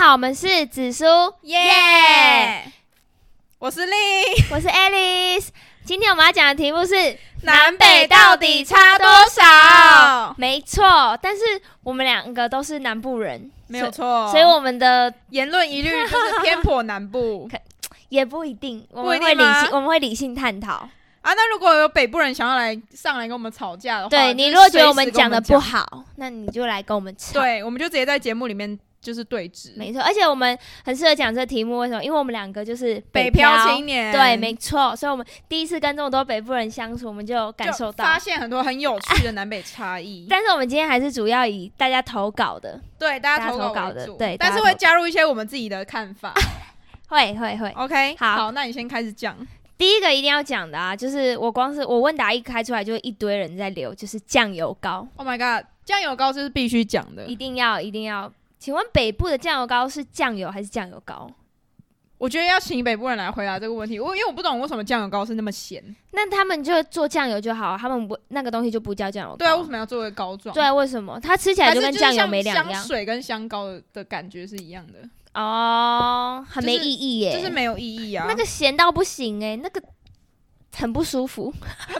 好，我们是紫 苏，耶、我是丽，我是 Alice。今天我们要讲的题目是南北到底差多少？没错，但是我们两个都是南部人，没有错，所以我们的言论一律就是偏颇南 部也不一定，我不一们定会理吗性，我们会理性探讨。啊。那如果有北部人想要来上来跟我们吵架的话，对哦就是你如果觉得我们随时跟讲我的们不，好，那你就来跟我们吵。对，我们就直接在节目里面就是对峙。没错，而且我们很适合讲这个题目，为什么？因为我们两个就是北漂漂青年，对，没错，所以我们第一次跟这么多北部人相处，我们就有感就受到发。现很多很有趣的南北 差异。但是我们今天还是主要以大家投稿的，对，大大家家投投稿稿的为主对大但家是投会稿加入一些我们自己的 看法。会会会。 OK，好好，那你先开始讲。第一个一定要讲的啊，就是我光是我问答一开出来，就一堆人在留，就是酱油膏， Oh my god，酱油膏就是必须讲的一。定要一定要。请问北部的酱油膏是酱油还是酱油膏？我觉得要请北部人来回答这个问题，我因为我不懂为什么酱油膏是那么咸。那他们就做酱油就好，他们不那个东西就不叫酱油膏。对啊，为什么要作为膏状？对，啊为什么它吃起还来是就就是跟像酱油没两香样水跟香膏的的感觉是一样的，哦，很没就是意义耶。就是没有意义啊，那个咸到不行哎、那个很不舒服。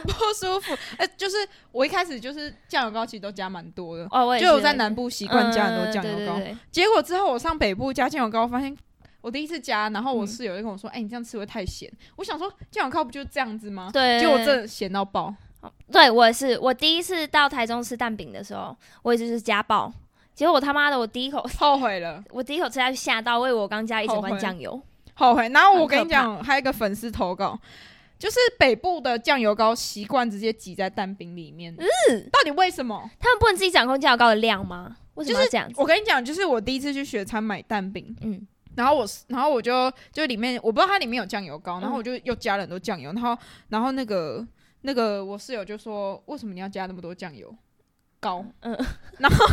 不舒服。哎、就是我一开始就是酱油膏其实都加蛮多的，哦，我也就是我在南部习惯加很多酱油膏，嗯对对对结果之后我上北部加酱油膏，发现。我第一次加，然后嗯我室友就跟我说：“哎、你这样吃会太咸。”我想说酱油膏不就是这样子吗？对，结果对真的咸到爆。对我也是，我第一次到台中吃蛋饼的时候，我也就是家暴，结果我他妈的我第一口。后悔了，我第一口吃下去吓到，为我刚加一整后罐悔酱油，后悔。然后很我可跟你讲，还有一个粉丝投稿，就是北部的酱油膏习惯直接挤在蛋饼里面，嗯，到底为什么？他们不能自己掌控酱油膏的量吗？为什么要这样子？我跟你讲，就是我第一次去雪餐买蛋饼。嗯，然后我，然后我就就里面我不知道它里面有酱油膏，然后嗯我就又加了很多酱油，然后然后那个那个我室友就说，为什么你要加那么多酱油膏？嗯嗯，然后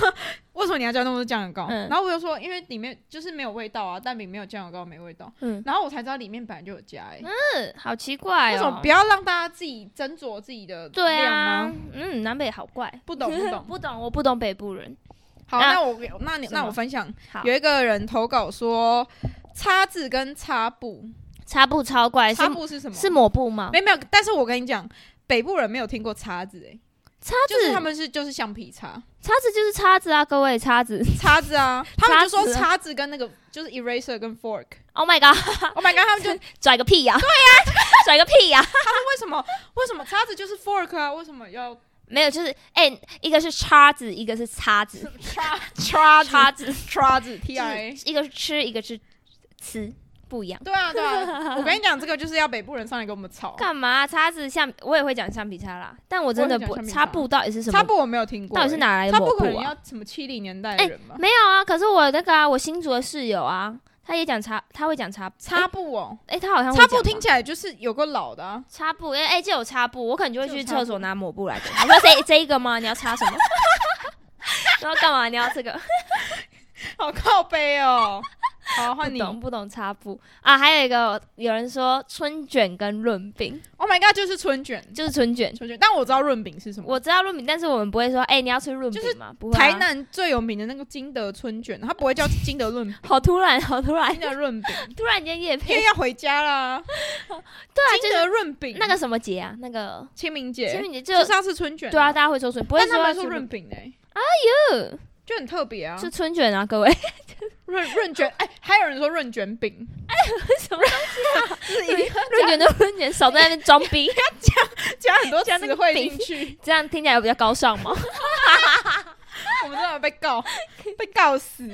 为什么你要加那么多酱油膏？嗯然后我就说，因为里面就是没有味道啊，蛋饼没有酱油膏没味道。嗯嗯，然后我才知道里面本来就有加、欸，是好奇怪为什么哦不。要让大家自己斟酌自己的对量啊呢？，嗯，南北好怪，不懂不 懂。不懂，我不懂北部人。好，那那我那你什么那我分享好，有一个人投稿说，擦子跟擦布，擦布超怪，哎是擦布是什么？是抹布吗？没有没有，但是我跟你讲，北部人没有听过擦子哎、欸叉子，就是他们是就是橡皮擦，叉子就是叉子啊，各位叉子。擦 子啊，他们就叉说子啊擦子跟那个就是 eraser 跟 fork。 Oh my god， Oh my god，他们就为拽个屁呀、对呀、 拽个屁呀、什么为什么擦子就是 fork 啊？为什么要没有，就是哎、一个是叉子，一个是叉子，擦擦叉子，擦子 T 就 R 是 A？一个是吃，一个是吃，不一样。对啊对啊，我跟你讲，这个就是要北部人上来跟我们吵。干嘛、叉子橡，我也会讲橡皮擦啦，但我真的我不也会讲橡皮擦擦布到底是什么？擦布我没有听过、欸到底是哪来他的不抹可布能啊？要什么七零年代的人吧？没有啊，可是我那个啊，我新竹的室友啊，他也讲擦，他会讲擦擦哎、布哦，哎他好像会擦讲吧布听起来就是有个老的、啊，擦布，哎、哎、这有擦布，我可能就会去这有擦布厕所拿抹布来的。你说这这一个吗？你要擦什么？ 然后干嘛？你要这个？好靠背哦。 好，换不你。懂 Oh 不懂擦布啊？还有一个有人说春卷跟润饼，Oh my god，就是春卷，就是春卷。春卷。但我知道润饼是什么，我知道润饼，但是我们不会说，哎、你要吃润就是饼吗？不会、啊。台南最有名的那个金德春卷，它不会叫金 德润饼，好突然，好突然金，德润饼， 突然间夜因为配。要回家啦。 对啊，就金是德润饼，那个什么节啊，那个清明清节明节就就是要吃春卷，对啊，，大家会说春，不会但他说们要说吃润饼哎，嗯就很特别啊。是春卷啊，各 位。润润卷，哎，还有人说润卷饼，什么东西啊？润卷都润卷，少在那边装 逼，加很 多加那个词汇饼进去。这样听起来有比较高尚吗？ 我们真的被告，被告死。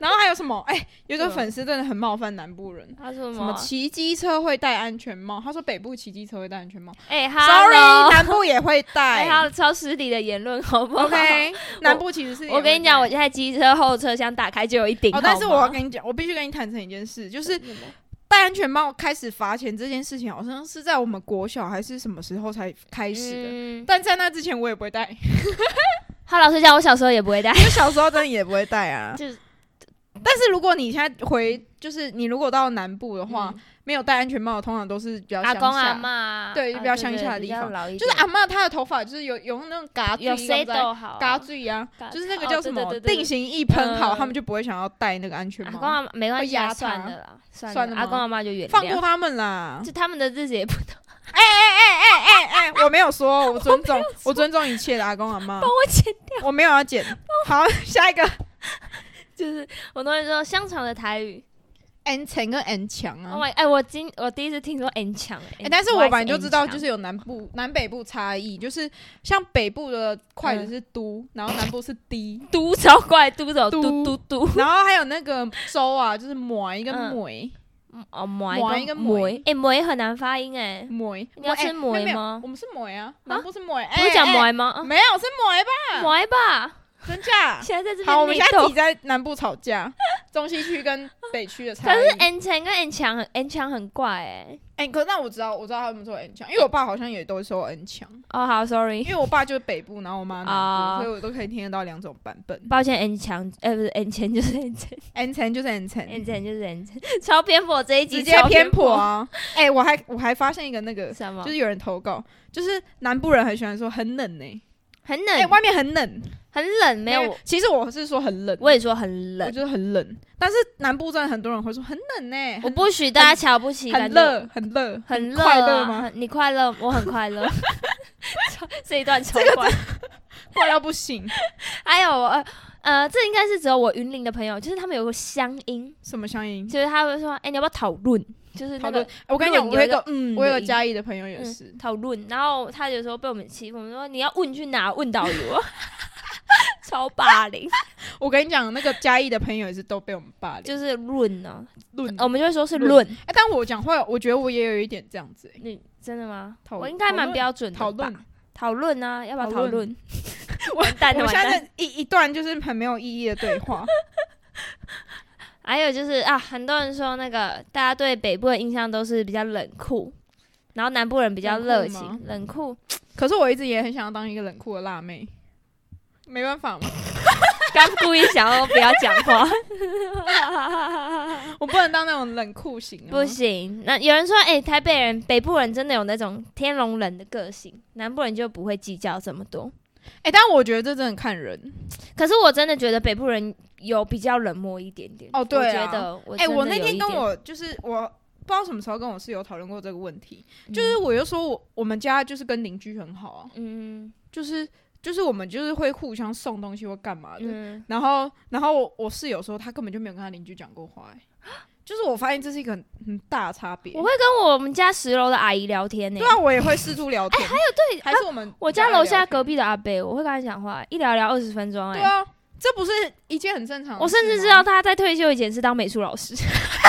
然后还有什么？哎、有一个粉丝真的很冒犯南部人，他说啊什什么啊么？骑机车会戴安全帽？他说北部骑机车会戴安全帽哎、哈，sorry，南部也会 哎，还戴。有超失礼的言论，好不好 OK，南部其实是也会戴我跟你讲，我现在机车后车厢打开就有一顶、哦，但是我好要吗跟你讲，我必须跟你坦诚一件事，就是戴安全帽开始罚钱这件事情，好像是在我们国小还是什么时候才开始的。嗯，但在那之前，我也不会戴，因嗯他老实讲，我小时候也不会戴，为小时候真的也不会戴啊。 就是但是如果你现在回，就是你如果到南部的话，没有戴安全帽的，通常都是比嗯较阿公阿啊乡下，妈，对就比较乡下的地方方就是阿妈她的头发就是有有那种嘎有谁坠，都好啊，嘎坠啊嘎，就是那个哦叫对什对么对对定型一喷好，嗯他们就不会想要戴那个安全阿公帽，阿妈没关系会啊，压他算了啦，算算了了，吗阿公阿妈就原放过谅，他们啦。就他 们的日子也不同。哎哎，我没有说，我尊重，我尊重一切的阿公阿妈帮，我剪掉，我没有要剪。好，下一个就是我同学说香肠的台语 N 层跟 N 强啊 Oh。my，哎，我今我第一次听说 N 哎强，欸但是我本来就知道， N 就是有南部、南北部差异，就是像北部的筷嗯子是嘟，然后南部是滴，强嘟超怪，嘟走嘟嘟嘟嘟，然后还有那个粥啊，就是抹一个嗯抹嗯哦，梅梅一跟梅梅，哎，梅很难发音哎，抹。你要欸吃没有梅没有吗我们是抹啊，南部是抹，不不是讲梅吗？啊没有是抹吧？梅吧，真假？现在在这边好，我们内现在斗自己在南部吵架，中西区跟北区的差可异是。N 强跟 N 强很 N 强很怪哎、哎，可那我知道，我知道他们说 N 强，因为我爸好像也都说 N 强，哦，好，sorry，因为我爸就是北部，然后我妈南啊部，所以我都可以听得到两种版本。抱歉，N 强，呃，不是 N 前就是 N 前 N 层就是 N 层， ，N 前就是 N 前，超偏颇这一集，直接超偏偏颇啊！哎、我还我还发现一个那个，什么？就是有人投稿，就是南部人很喜欢说很冷呢、很哎、冷，外面很冷，很冷，没有，，其实我是说很冷，我也说很我冷，觉得很冷，但是南部真的很多人会说很冷呢、我不许大家瞧不起，哎感很觉热，很热，很热、啊，快乐吗？很你快乐，我很快乐。 超这一段超快，快到不行，还有呃呃，这应该是只有我云林的朋友，就是他们有个乡音，什么乡音？就是他会说，哎、你要不要讨论？就是讨那论个。我跟你讲，论我有一有一个个，嗯我有个的音嘉义的朋友也是，讨论，然后他有时候被我们欺负，我们说你要问去哪，问导游， 超霸凌，我跟你讲，那个嘉义的朋友也是都被我们霸凌就是论呢、论。我们就会说是论嗯论，哎，但我讲话，我觉得我也有一点这样子、欸，你真的吗？讨我应该蛮标准的吧讨论。讨论啊，要不要讨讨论论？我完蛋了我完现在蛋！在一一段就是很没有意义的对话。还有就是啊，很多人说那个大家对北部的印象都是比较冷酷，然后南部人比较热冷酷吗情，冷酷。可是我一直也很想要当一个冷酷的辣妹，没 办法嘛，刚故意想要不要讲 话，我不能当那种冷酷型、啊。不行。那有人说，哎、台北人、北部人真的有那种天龙人的个性，南部人就不会计较这么多。哎、但我觉得这真的很看人。可是我真的觉得北部人有比较冷漠一点点。哦对啊我觉得我哎、真的我那有天一跟点我就是我不知道什么时候跟我室友讨论过这个问题，就是我就说我我们家就是跟邻居很好啊，嗯就是就是我们就是会互相送东西或干嘛的。嗯然后然后我我室友说他根本就没有跟他邻居讲过话、欸，就是我发现这是一个很很大的差别。我会跟我们家十楼的阿姨聊天呢、对啊，我也会四处聊哎天。还有对，还是我们啊我家楼下隔隔壁的阿伯，我会跟他讲话，一聊聊二十分钟、对哎、啊，这不是一件很正常的事吗。我甚至知道他在退休以前是当美术老师，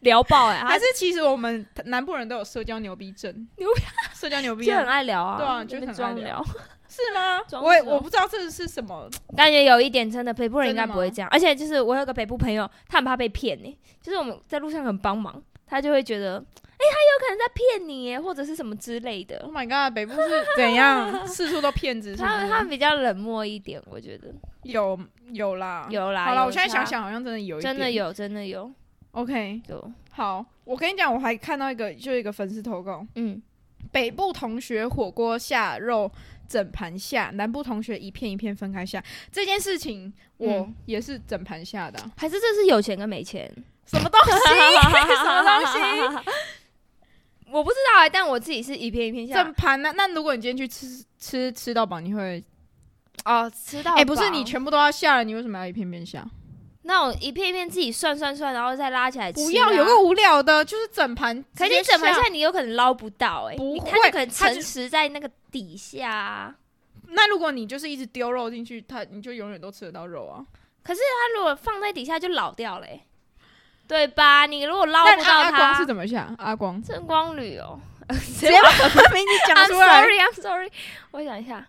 聊爆哎、还是其实我们南部人都有社交牛逼症，牛逼，社交牛他 逼就很症爱聊啊，对啊那边就很爱装聊聊， 是吗？装我也死哦我不知道这是什么，感觉有一点真的北部人应真的该吗不会这样，而且就是我有个北部朋友，他很怕被骗呢、就是我们在路上很帮忙，他就会觉得，哎、他有可能在骗你耶、或者是什么之类的 Oh。my，Oh god，北部是 怎样？四处都骗子是他吗？们他们比较冷漠一点，我觉得有有啦，。有啦。啊好了，有我现在差想，想好像真的有一点，真的。有，真的有， OK，有，好，我跟你讲，我还看到一个，就一个粉丝投稿，嗯，北部同学火锅下肉整盘下，南部同学一片一片分开下，这件事情我嗯也是整盘下的啊、还是这是有钱跟没钱，什么东西？ 什么 东西？西？我不知道哎、但我自己是一片一片下整盘呢、那如果你今天去吃吃吃到饱，你会哦，吃到哎、不是饱你全部都要下了，你为什么要一片片下？那我一片一片自己算算算，然后再拉起来吃啊、不要有个无聊的，就是整盘。可是你整盘下，你有可能捞不到哎、欸，不你它会就可能它就沉实在那个底下、啊。那如果你就是一直丢肉进去，它你就永远都吃得到肉啊。它如果放在底下就老掉了、欸，对吧？你如果捞但不阿到阿光是它，，怎么下？阿 光正光旅游。直接把他名字 I'm 讲出来。啊 sorry, I'm sorry，我 想一下，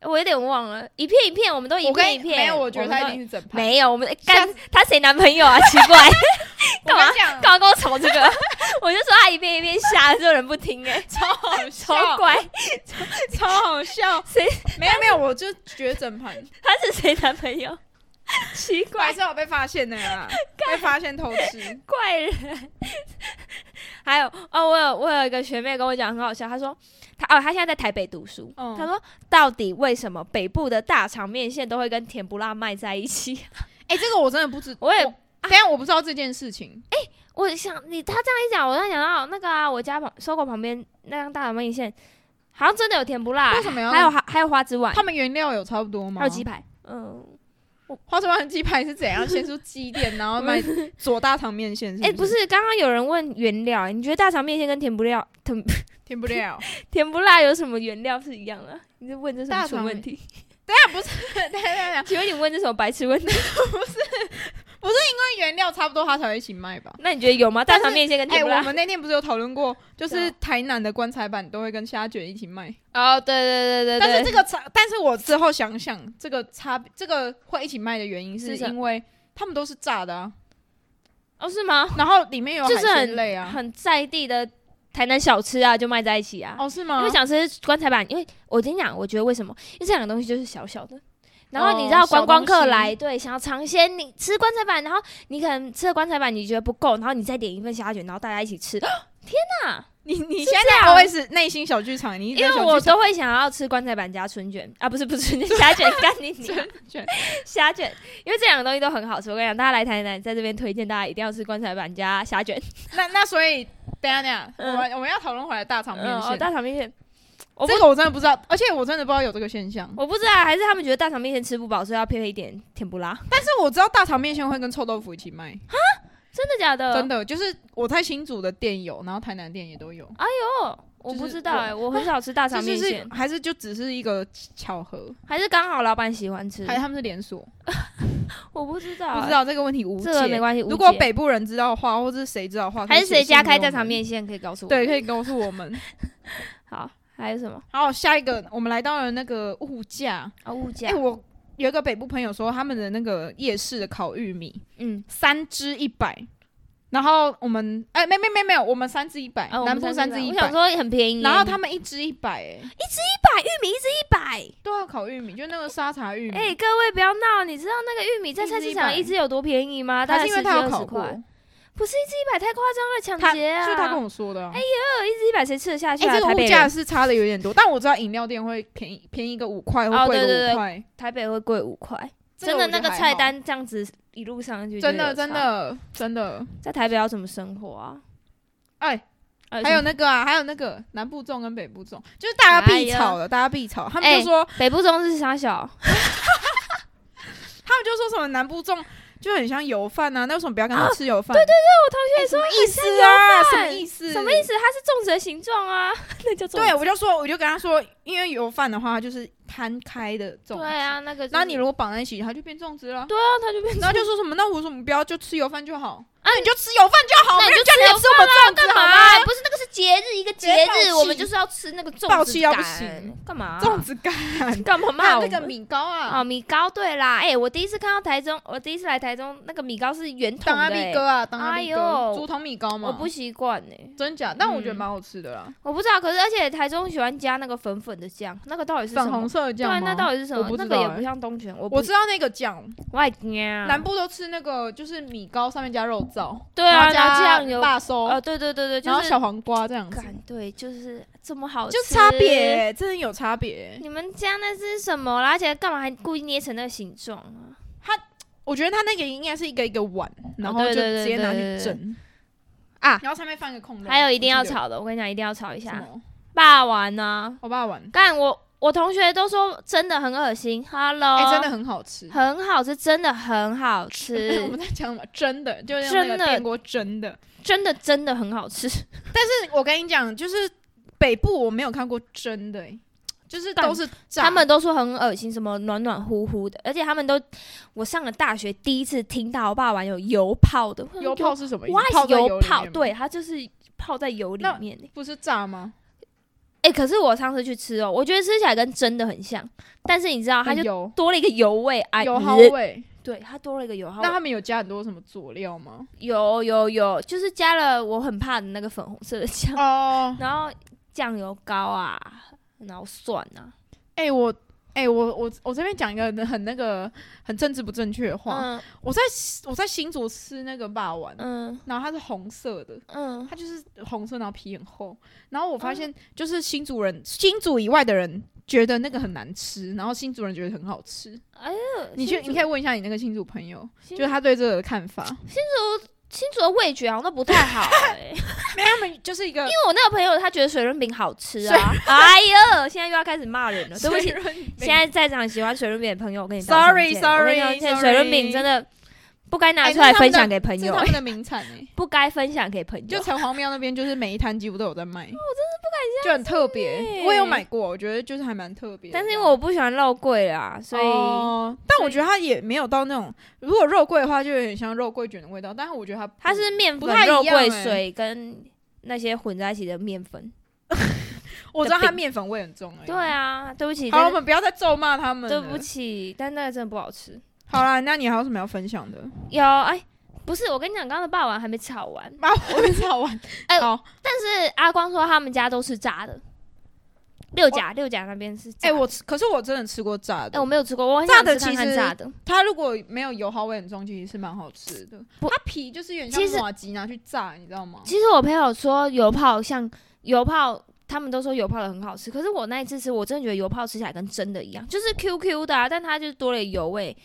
我有点忘了，一片一片，我们都一我跟片一你片，没有，我觉得们他都一定是整盘。没有，我们下干他谁男朋友啊？奇怪， 我跟你讲，干嘛跟我吵这个？ 我就说他一遍一遍下，就有人不听哎、超好笑，超怪，超好笑。谁？没有没有，我就觉得整盘。他是谁男朋友？ 奇白 怪痴，我被发现了 啦，被发现偷吃。怪人。还有哦，我有我有一个学妹跟我讲很好笑，她说她哦，她现在在台北读书，嗯她说到底为什么北部的大肠面线都会跟甜不辣卖在一起？ 哎、这个我真的不知，我也啊等一下我不知道这件事情。我想你，他这样一讲，我突然想到那个啊，我家旁搜狗旁边那张大肠面线，好像真的有甜不辣、为什么要啊还有还还有花枝丸，哦他们原料有差不多吗？还有鸡排，嗯，花生丸鸡排是怎样？先说鸡店，然后卖左大肠面线是哎、不，是，刚刚有人问原料，你觉得大肠面线跟甜不料甜填不了。 甜不辣有什么原料是一样的？你这问这什么大蠢肠问题？ 对对对，请问你问这什么白痴问题？那原料差不多，它才会一起卖吧。那你觉得有吗？但大是肠面线跟哎、甜不辣？我们那天不是有讨论过，就对是啊台南的棺材板都会跟虾卷一起卖，哦，对对对对对，但是这个差，但是我之后想想，这个差别，这个会一起卖的原因是是什么因为他们都是炸的啊，哦是吗？然后里面有就海是鲜类啊，很在地的台南小吃啊，就卖在一起啊。哦是吗？因为想吃棺材板，因为我跟你讲，我觉得为什么？因为这两个东西就是小小的。然后你知道哦观光小东客西来，对，想要尝鲜，你吃棺材板，然后你可能吃了棺材板，你觉得不够，然后你再点一份虾卷，然后大家一起吃。 你你是现这在样不会是内心小剧场，你一直因为在小我剧场都会想要吃棺材板加春卷啊，不是不是 春卷，虾卷干你娘卷 虾卷，因为这两个东西都很好吃。我跟你讲，大家来台南，在这边推荐大家一定要吃棺材板加虾卷。那那所以等一下等一下，嗯我们我们要讨论回来大肠面嗯，哦，线，大肠面线，我不这个我真的不知道，而且我真的不知道有这个现象。我不知道，啊还是他们觉得大肠面线吃不饱，所以要配合一点甜不辣。但是我知道大肠面线会跟臭豆腐一起卖，真的假的？真的就是我在新竹的店有，然后台南店也都有，哦，我就是不知道哎、我很少吃大这肠就面是线，还是就只是一个巧合，还是刚好老板喜欢吃还，是他们是连锁？我不知道欸、不知道这个问题无解这。个没关系。如果无解北部人知道的话，或是谁知道的话，还是谁家开大大肠？面线，可以告诉我。对，，可以告诉我们。好，还有什么好，下一个我们来到了那个物价。啊？物价哎、，我有一个北部朋友说，他们的那个夜市的烤玉米嗯，三只一百，然后我们哎、没没没没有，我们三只一百，啊，我南们部三三只一我百想。说很便宜耶，欸然后他们一只一百，哎，一百玉米一只一百。都要烤玉米，就那个沙茶玉米。哎、各位不要闹！你知道那个玉米在菜市场嗯一只一百一只有多便宜吗？大还概是因十为几他有二烤十过，块，不是一只一百太夸张了，他抢就劫啊！是他跟我说的、啊。哎、呃一只一百谁吃得下去啊？哎这个台物北价人是差的有点多，但我知道饮料店会便宜便宜个五块或哦贵对对个对五块。台北会贵五块，这真的我觉那得个还菜好，单这样子一路上去，真的真的真的。在台北要怎么生活啊？呃哎，还还有那个啊，还有那个南部粽跟北部粽，就是大哎家必炒的，大家必炒。他们就说，北部中是啥哎小？他们就说什么南部粽就很像油饭啊，那为什么不要跟他吃油饭？对对我同学说对，意思啊，什么意思？什么意？思？它是粽子的形状啊， 那叫粽子。对，我就说，我就跟他说，因为油饭的话它就是摊开的粽，对，啊，那个就是。然后你如果绑在一起，它就变粽子了。对啊，它就变成然后就说什么，那我什么不要就吃油饭就好，啊那你就吃油饭就好，那没你 人就叫你来吃我们粽啊干子嘛好啦？不是那个是节日，一个节直接日，爆气我们就是要吃那个粽子爆气到干不行，干嘛啊？吗？粽子干，干嘛还骂有我那个们？米糕啊啊，，米糕对啦，哎，我第一次看到台中，我第一次来台中，那个米糕是圆筒当阿的米欸，哥啊，当阿米哎哥，呦竹筒米糕嘛，我不习惯呢，真假，但我觉得嗯蛮好吃的啦。我不知道。可是而且台中喜欢加那个粉粉的酱，那个到底是什粉红么？色的对酱啊，吗？那到底是什啊么我？不那知个道也欸不像东泉，我不我知道那个酱，我爱呀，南部都吃那个就是米糕，上面加肉燥，对啊，然后加加酱油，大收，哦，对对对对，然就后是小黄瓜这样子，感对，就是这么好吃，就差别、。真的有差别、你们家那是什么啦？而且干嘛还故意捏成那个形状啊？我觉得它那个应该是一个一个碗，然后哦对就对对直接拿对对对去蒸啊，然后上面放一个空肉，还有一定我要记得炒的，我跟你讲，一定要炒一什下么？霸王呢、我爸碗，干我我同学都说真的很恶心，Hello，哎、真的很好吃。很哦好吃，真的很好 我吃们，在讲什么？真的，就是用那真个的电锅蒸的。真的真的很好吃。但是我跟你讲，就是北部我没有看过蒸的、欸就是都是 炸。他们都说很恶心，什么暖暖乎乎的，而且他们都，我上了大学第一次听到霸王有油泡的，我想油泡是什么意思？我泡爱在油里泡，面吗对，，它就是泡在油里那面欸。不是炸吗？哎、可是我上次去吃哦，我觉得吃起来跟真的很像，但是你知道，啊它就嗯哎有多了一个油味，哎，油呃耗味。对，它多了一个油耗味那。他们有加很多什么佐料吗？有有有，就是加了我很怕的那个粉红色的酱，哦，然后酱油膏啊，然后蒜啊， 哎，我哎、我我我这边讲一个很那个很政治不正确的话，嗯我在我在新竹吃那个霸王，嗯然后它是红色的，嗯，哦它就是红色，然后皮很厚。然后我发现，就是新竹人、新竹以外的人觉得那个很难吃，然后新竹人觉得很好吃。你去，新竹你可以问一下你那个新竹朋友，新就是他对这个的看法。 新竹的味觉好像都不太好、欸， 因他们就是一个为我那个朋友他觉得水润饼好吃啊，哎呀，现在又要开始骂人了，对不起，现在在场喜欢水润饼的朋友，我跟你道歉 Sorry，我跟你道歉 sorry，水润饼真的不该拿出来分享给朋是友，他们的名产哎、不该分享给朋友，就城隍庙那边，就是每一摊几乎都有在哦卖。我真的不敢就很特别。我也有买过，我觉得就是还蛮特别的。欸但是因为我不喜欢肉桂啦，所以、哦但所我以觉得它也没有到那种，如果肉桂的话，就有点像肉桂卷的味道，但是我觉得它不它是面不粉、太一样肉桂欸水跟那些混在一起的面粉。我知道的它饼面粉味很重、欸。对啊，对不起，好，我但是们不要再咒骂他们。对不。起，但那个真的不好吃。好啦，那你还有什么要分享的？ 有哎，不是，我跟你讲，刚刚的霸王还没炒完，妈，我很好玩。 哎好，但是阿光说他们家都是炸的，六甲六甲那边是炸哎、的。我吃可是我真的吃过炸哎，的，我没有吃过，我很炸想的吃看其看实炸的。它如果没有油耗味很重，其实是蛮好吃的。不它皮就是有其点实像马吉拿去炸，你知道吗？其实我朋友说油泡像油泡，他们都说油泡的很好吃，可是我那一次吃，我真的觉得油泡吃起来跟真的一样，就是 QQ 的、啊，但它就是多了油味，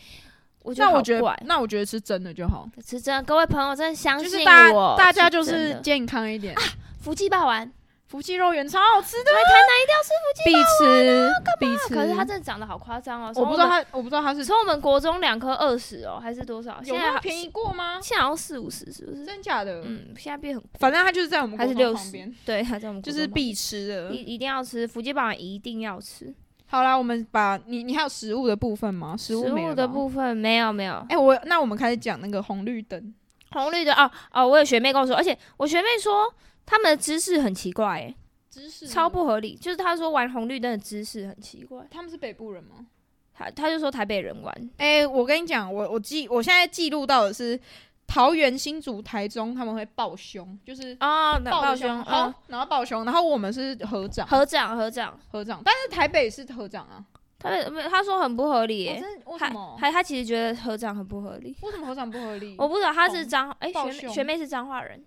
我觉那得好我觉怪得，。那我觉得吃真的就好，是真的，各位朋友真的相就信是大我家，大家就真是嗯的啊健康一点。福记霸丸，福记肉圆超好吃的，台南一定要吃福记必吃，必吃。啊可是它真的长得好夸张哦，我不知道它，我不知道它是从我们从我们国中两颗二十哦，还是多少？有现那么在便宜，过吗？现在好像四五十是不是？真假的？嗯，现在变很反正它就是在我们还是国中六旁边十，，对，还在我们就国是中必吃旁的边。一一定要吃福记霸丸，一定要吃。好啦，我们把你你还有食物的部分吗？食物没了的吧。部分没有没有，哎、我那我们开始讲那个红绿灯，红绿的哦哦，我有学妹跟我说，而且我学妹说他们的姿势很奇怪、欸，知识超不合理。就是她说玩红绿灯的姿势很奇怪，他们是北部人吗？她她就说台北人玩，哎、我跟你讲，我我记我现在记录到的是桃园、新竹、台中，他们会抱胸，就是哦，抱胸，好、哦，然后抱胸，然后我们是合掌，嗯合掌合掌，合掌，但是台北是合掌啊，他们没有他说很不合理、我欸，哦真的为还什么？还他哦其实觉得合掌很不合理。为什么合掌不合理？我不知道他是懂彰哎、抱学妹胸学妹是彰化人，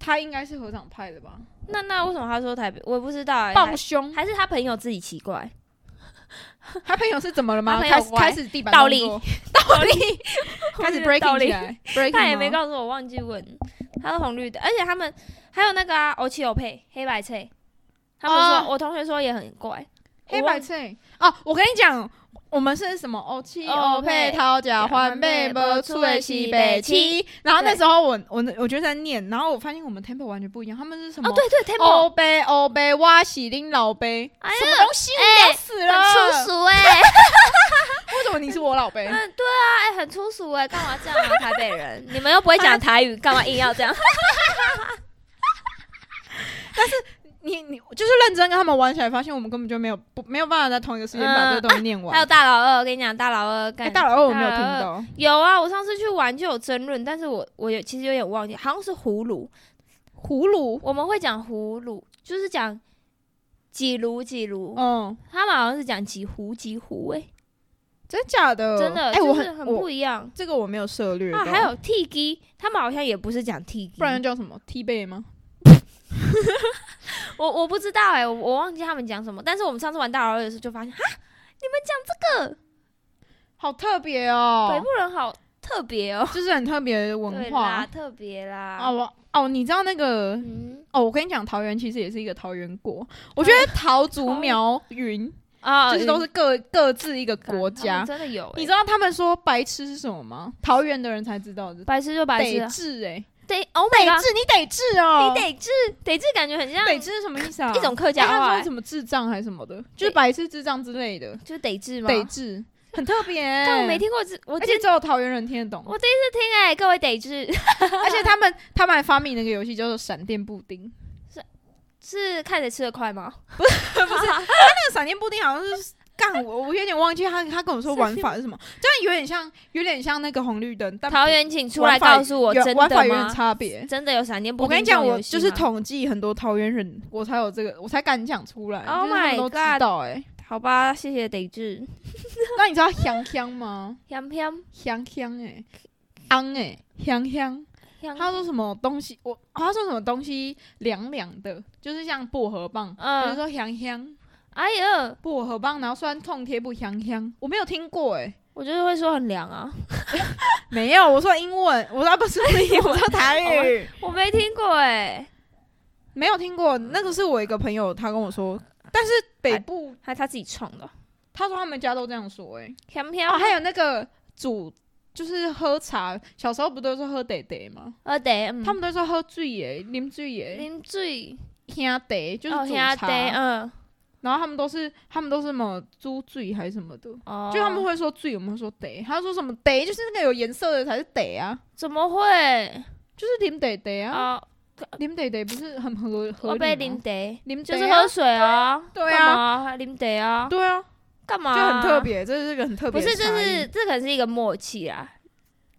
他应该是合掌派的吧？那那为什么他说台北？我也不知道、欸，抱还胸，还是他朋友自己奇怪，他朋友是怎么了他吗？朋友开始歪开始地板倒动立 作倒立开始倒 breaking 立起来，breaking 他也没吗告诉我，忘记问。他是红绿的，而且他们还有那个啊，欧气欧配黑白菜，他们说、啊我同学说也很怪。黑白菜哦，我跟你讲，我们是什么？哦七哦哦配配桃甲环贝不出的西北七。然后那时候我我我就在念，然后我发现我们 tempo 完全不一样，他们是什么？哦，对对 t e 欧杯欧杯哇喜林老杯，哎呀什么东西？无聊死了！很粗俗哎、 为什么你是我老杯？嗯，对啊，哎、很粗俗哎、干嘛这样啊，台北 人？你们又不会讲台语，干嘛硬要这样？你你就是认真跟他们玩起来，发现我们根本就没有不没有办法在同一个时间把嗯这个东西念还有完。大老二，我跟你讲，大老二哎，干、大老二我没有听大老到，有啊，我上次去玩就有争论，但是我我有其实有点忘记，好像是葫芦，葫芦，我们会讲葫芦，就是讲几炉几炉，嗯，他们好像是讲几壶几壶哎、真假的？真的，哎，我就是很我不一样这个我没有涉略啊。到还有 T G，他们好像也不是讲 T G，不然叫什么 T 背吗？我我不知道哎、我我忘记他们讲什么。但是我们上次玩大老二的时候就发现，哈，好特别北哦部，人好特别哦、就是很特别的对啦，文化特别啦。啊！我哦，你知道那个嗯哦，我跟你讲，桃园其实也是一个桃园国，我觉得哎桃竹苗云啊就是都是各各自一个国嗯家。真的有、欸，你知道他们说白痴是什么吗？桃园的人才知道的，白痴就白痴得啊，治哎，得 Oh 得 my god，治你得治哦，你得治得治，感觉很像得治是什么意思啊？一种客哎家他话、说欸什，么智障还是什么的，就是白痴智障之类的，就是得治吗？得治很特别。欸但我没听过这，我而第且一只有桃园人听得懂。我第一次听哎、各位得治而且他们他们还发明了一个游戏叫做闪电布丁，是看谁吃得快吗？ 那个闪电布丁好像是干我，我有点忘记他他跟我说玩法是什么，就是有点像有点像那个红绿灯，但桃园，请出来玩法告诉我，有真玩法的有点吗？差别。真的有闪电布我丁跟你这讲，种游我戏就吗？是统计很多桃园人，我才有这个，我才敢讲出来， Oh 就是他们都 my 知道哎、好吧，谢谢得志，那你知道香香吗？香香香香哎、昂哎、香香。他香，说什么东西？我他说什么东西凉凉的，就是像薄荷棒，比嗯，如说香香哎呀，薄荷棒，然后酸痛贴布香香，我没有听过哎、我就是会说很凉啊，没有，我说英文，我说不是英 文，我说台语，我没听过哎，没有听过。那个是我一个朋友，他跟我说，但是北部还他自己创的，他说他们家都这样说哎、香哦，香，还有那个煮，就是喝茶，小时候不都说喝得得吗？呃得，嗯他们都说喝醉耶，啉醉耶，啉水，兄得就是哦煮兄茶，弟嗯，然后他们都是他们都是什么猪醉还是什么的，哦，就他们会说醉，我们会说得，他说什么得就是那个有颜色的才是得啊，怎么会就是啉得得啊，啊？啉得得不是很合合我理被吗淋？得，啉就是得啊喝水啊，对干啊嘛，还淋得啊，对啊，干嘛？就很特，别，这是一个很特不别的差是，异，就是这可能是一个默契啊。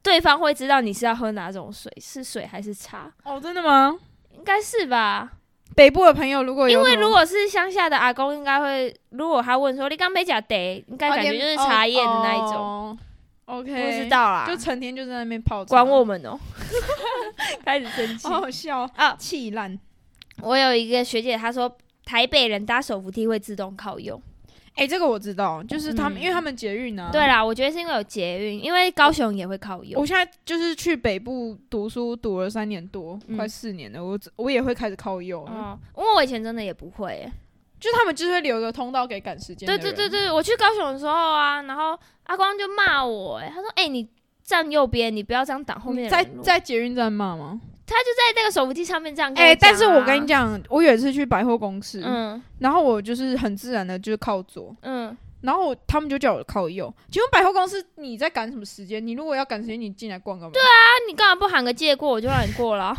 对方会知道你是要喝哪种水，是水还是茶，哦，真的吗？应该是吧？北部的朋友如果有因为什么如果是乡下的阿公，应该会，如果他问说你刚没讲得，应该感觉就是茶叶的那一种，种。OK，哦不知道啦哦就，成天就在那边泡 茶，管我们 哦。开始生气好好笑哦啊！气烂。我有一个学姐，她说台北人搭手扶梯会自动靠右。哎、这个我知道，就是他们，嗯因为他们捷运啊。对，啦，我觉得是因为有捷运，因为高雄也会靠右我。现在就是去北部读书，读了三年多，嗯快四年了，我只我也会开始靠右了，哦，因为我以前真的也不会耶、就是他们就是会留一个通道给赶时间。对对对，对，我去高雄的时候啊，然后阿光就骂我、哎，他说：“哎、你站右边，你不要这样挡后面你的在人路。”在捷运站骂吗？在那个手扶梯上面这样跟哎、我讲啊但是我跟你，讲，我有一次去百货公司，嗯然后我就是很自然的就是靠左，嗯，然后我他们就叫我靠右。请问百货公司你在赶什么时间？你如果要赶时间，你进来逛干嘛？对啊，那、你干嘛不喊个借过，我就让你过了 啊、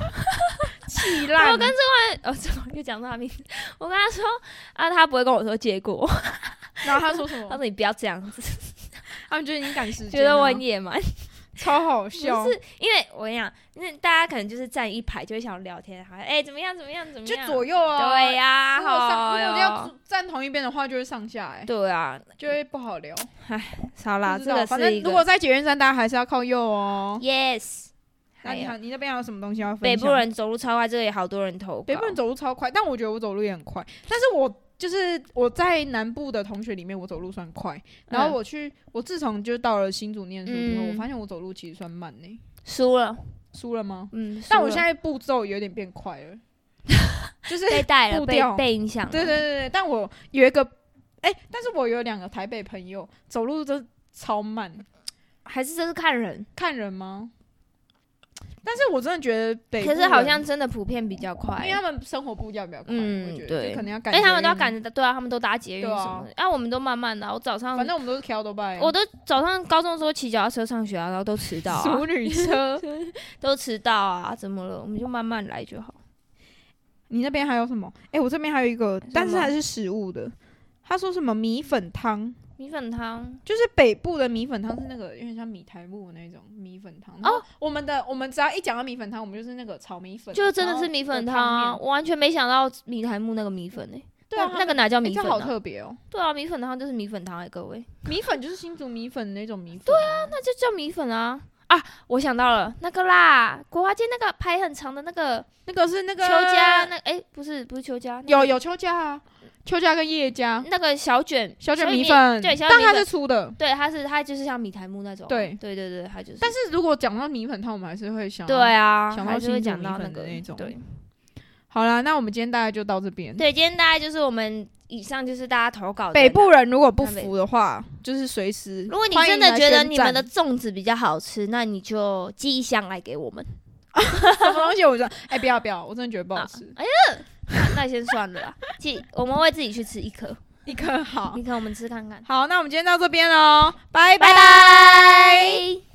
气我烂。跟这位，哦，怎么又讲到他名字？我跟他说啊，他不会跟我说借过，哦然后他说什他么？说你不要这样子，他们就已经赶时间了，觉得我很野蛮。 超好笑。不是，因为我跟你讲，那大家可能就是站一排就会想聊天，好像哎、怎么样怎么样怎么就样，左右啊。对呀、如果上好如哟果要站同一边的话，就会上下哎、对啊，就会不好聊。好啦，这不知道个反是正一个如果在捷运站，大家还是要靠右哦。 yes，那还你有还你那边还有什么东西要分哎北享？部，人走路超快，这个也好多人投稿，北部人走路超快，但我觉得我走路也很快。但是我就是我在南部的同学里面，我走路算快。然后我去，我自从就到了新竹念书之后，嗯我发现我走路其实算慢呢、输了，输了吗？嗯，但输我了现在步骤有点变快 了，就是被带了，步被调被影响了，对对对对，但我有一个，哎、但是我有两个台北朋友走路都超慢，还是这是看人，看人吗？但是我真的觉得北部可人，是好像真的普遍比较因快为。他们生活步调比较快，嗯我觉得对就可能要哎赶捷运，他们都要赶着，对啊，他们都搭捷运对啊什么的，啊，我们都慢慢的啊。我早上，反正我们都是 K 多拜，啊我都早上高中的时候骑脚踏车上学啊，然后都迟到、啊，熟 女车。都迟到啊，怎么了？我们就慢慢来就好。你那边还有什么？哎、我这边还有一个，但是还是食物的。他说什么米粉汤，米粉汤，就是北部的米粉汤是那个有点像米苔木的那种米粉汤。哦，我们的我们只要一讲到米粉汤，我们就是那个炒米粉，就真的是米粉汤呃然啊！后我完全没想到米苔木那个米粉诶、对啊，那他那个哪叫们米哎这粉、好啊？特别哦，对啊，米粉汤就是米粉汤诶、各位， 米粉就是新竹米粉那种米粉。对啊，那就叫米粉啊！啊，我想到了那个啦，国华街那个排很长的那个那个是那邱个家，那诶、不是不是邱家，那有个有邱家啊，邱家跟叶家那个小卷小卷米粉，对小卷但米它粉是粗的。对，它是它就是像米苔木那种啊，对对对对，它就是。但是如果讲到米粉汤，我们还是会想。对，啊，想到还是会新竹讲米到粉那的个那种对。好啦，那我们今天大概就到这边。对，今天大概就是我们以上就是大家投稿的北那部人如果不南北服的话，就是随时。如果你欢真迎的来觉得宣你们战的粽子比较好吃，那你就寄一箱来给我们。 什么东西，我觉得哎、不要不要，我真的觉得不好啊吃。 那那先算了啦，寄我们会自己去吃一颗，一颗好你，看我们吃看看。好，那我们今天到这边喽，拜拜拜。